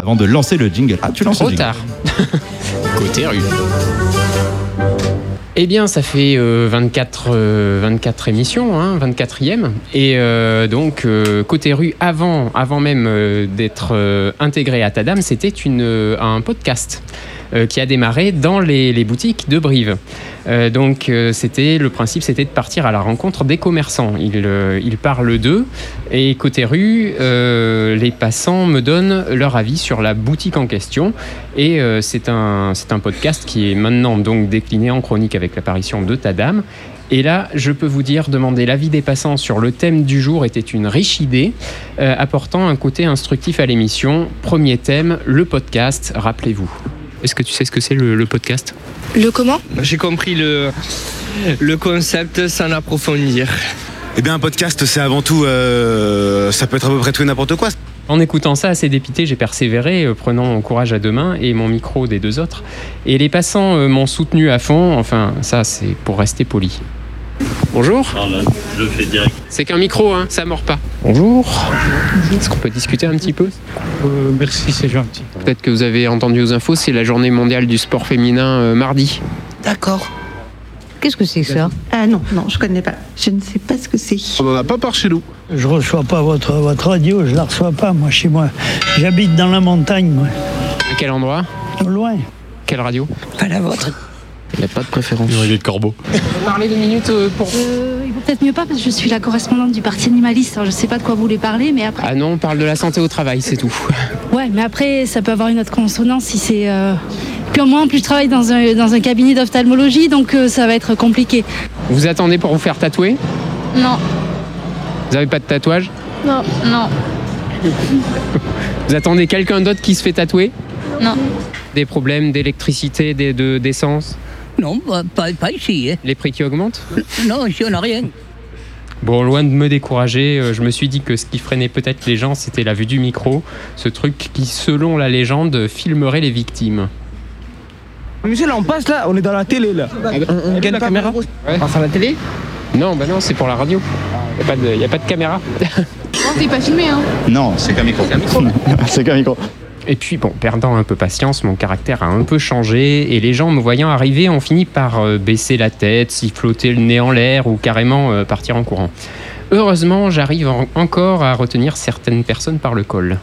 avant de lancer le jingle. Ah, tu lances Trop le jingle. tard. Côté rue. Eh bien, ça fait euh, 24, euh, 24 émissions, hein, 24e. Et euh, donc, euh, côté rue, avant, avant même euh, d'être euh, intégré à Tadam, c'était une, euh, un podcast euh, qui a démarré dans les, les boutiques de Brive. Euh, donc, euh, c'était le principe, c'était de partir à la rencontre des commerçants. Ils, euh, ils parlent d'eux. Et côté rue, euh, les passants me donnent leur avis sur la boutique en question. Et euh, c'est un, c'est un podcast qui est maintenant donc décliné en chronique avec l'apparition de ta dame. Et là, je peux vous dire, demander l'avis des passants sur le thème du jour était une riche idée, euh, apportant un côté instructif à l'émission. Premier thème, le podcast, rappelez-vous. Est-ce que tu sais ce que c'est le, podcast Le comment J'ai compris le, le concept sans l'approfondir. Eh bien, un podcast, c'est avant tout. euh, ça peut être à peu près tout et n'importe quoi. En écoutant ça, assez dépité, j'ai persévéré, euh, prenant mon courage à deux mains et mon micro des deux autres. Et les passants euh, m'ont soutenu à fond, enfin, ça c'est pour rester poli. Bonjour. C'est qu'un micro, hein, ça mord pas. Bonjour. Est-ce qu'on peut discuter un petit peu Euh, merci, c'est gentil. Peut-être que vous avez entendu aux infos, c'est la journée mondiale du sport féminin euh, mardi. D'accord. Qu'est-ce que c'est ça Ah non, non, je connais pas. Je ne sais pas ce que c'est. On n'en a pas par chez nous. Je reçois pas votre, votre radio, je la reçois pas, moi, chez moi. J'habite dans la montagne, moi. À quel endroit Loin. Quelle radio Pas la vôtre. Il n'y a pas de préférence. de corbeau. Vous parlez deux minutes euh, pour Euh, il vaut peut-être mieux pas parce que je suis la correspondante du parti animaliste. Alors, je sais pas de quoi vous voulez parler, mais après. Ah non, on parle de la santé au travail, c'est tout. Ouais, mais après, ça peut avoir une autre consonance si c'est. euh, Puis au moins, en plus, je travaille dans un, dans un cabinet d'ophtalmologie, donc euh, ça va être compliqué. Vous attendez pour vous faire tatouer Non, Vous avez pas de tatouage non, non. Vous attendez quelqu'un d'autre qui se fait tatouer Non. Des problèmes d'électricité, des- de- d'essence Non, bah, pas, pas ici. hein. Les prix qui augmentent Non, ici on n'a rien. Bon, loin de me décourager, euh, je me suis dit que ce qui freinait peut-être les gens, c'était la vue du micro, ce truc qui, selon la légende, filmerait les victimes. Monsieur, là, on passe là, on est dans la télé là. On, gagne la caméra On passe à la télé Non, bah non, c'est pour la radio. Il n'y a, pas de caméra. Non, c'est qu'un micro. C'est qu'un micro. Et puis, bon, perdant un peu patience, mon caractère a un peu changé et les gens me voyant arriver ont fini par euh, baisser la tête, siffloter le nez en l'air ou carrément euh, partir en courant. Heureusement, j'arrive en- encore à retenir certaines personnes par le col.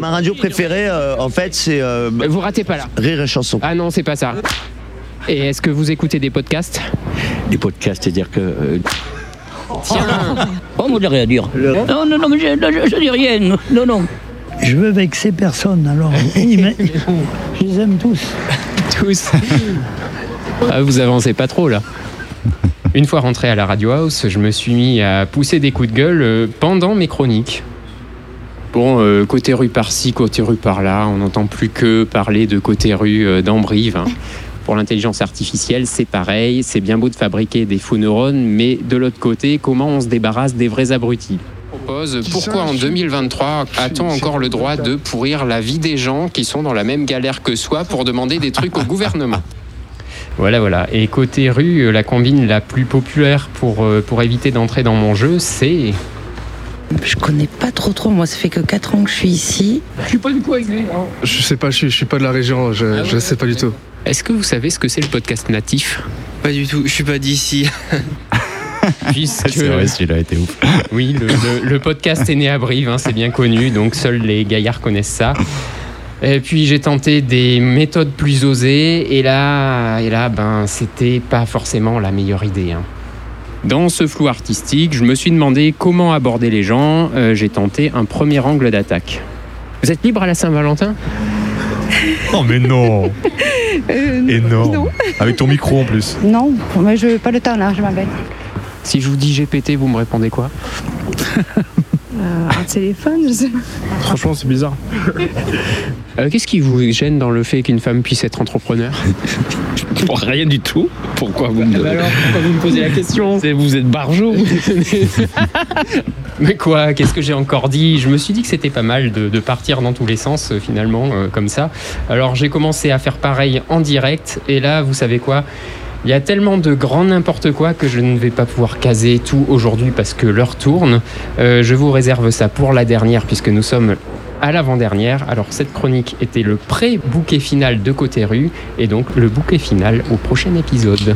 Ma radio préférée, euh, en fait, c'est euh, Euh, Vous ratez pas là. Rire et Chanson. Ah non, c'est pas ça. Et est-ce que vous écoutez des podcasts Des podcasts, c'est-à-dire que. euh, Tiens, Oh, moi, j'ai rien à dire. Non, non, non, mais je, non, je- je dis rien. Non, non. Je veux vexer personne, alors. ils m'a- je les aime tous. tous. Ah, vous avancez pas trop là. Une fois rentré à la Radio House, je me suis mis à pousser des coups de gueule euh, pendant mes chroniques. Bon, euh, côté rue par-ci, côté rue par-là, on n'entend plus que parler de côté rue euh, d'Ambrive. hein. Pour l'intelligence artificielle, c'est pareil, c'est bien beau de fabriquer des faux neurones, mais de l'autre côté, comment on se débarrasse des vrais abrutis propose pourquoi en 2023 a-t-on encore le droit de pourrir la vie des gens qui sont dans la même galère que soi pour demander des trucs au gouvernement voilà, voilà. Et côté rue, euh, la combine la plus populaire pour, euh, pour éviter d'entrer dans mon jeu, c'est. Je connais pas trop, trop. Moi, ça fait que 4 ans que je suis ici. Je sais pas, je, suis- je suis pas de la région, je, Ah ouais, je sais pas du tout. Est-ce que vous savez ce que c'est le podcast natif Pas du tout, je suis pas d'ici. Puisque. C'est vrai, celui-là était ouf. Oui, le, le- le podcast est né à Brive, hein, c'est bien connu, donc seuls les gaillards connaissent ça. Et puis j'ai tenté des méthodes plus osées, et là, et là ben, c'était pas forcément la meilleure idée. hein. Dans ce flou artistique, je me suis demandé comment aborder les gens, euh, j'ai tenté un premier angle d'attaque. Vous êtes libre à la Saint-Valentin Oh, mais non Énorme Avec ton micro en plus. Non, mais je pas le temps là, je m'appelle. Si je vous dis GPT, vous me répondez quoi Un téléphone, je sais pas. Franchement, c'est bizarre. Euh, Qu'est-ce qui vous gêne dans le fait qu'une femme puisse être entrepreneur Pour rien du tout. Pourquoi vous ben, me. Ah bah pourquoi vous me posez la question C'est- Vous êtes barjot Mais quoi Qu'est-ce que j'ai encore dit Je me suis dit que c'était pas mal de, de partir dans tous les sens euh, finalement euh, comme ça. Alors j'ai commencé à faire pareil en direct et là vous savez quoi Il y a tellement de grand n'importe quoi que je ne vais pas pouvoir caser tout aujourd'hui parce que l'heure tourne. Euh, je vous réserve ça pour la dernière puisque nous sommes à l'avant-dernière. Alors cette chronique était le pré-bouquet final de Côté Rue et donc le bouquet final au prochain épisode.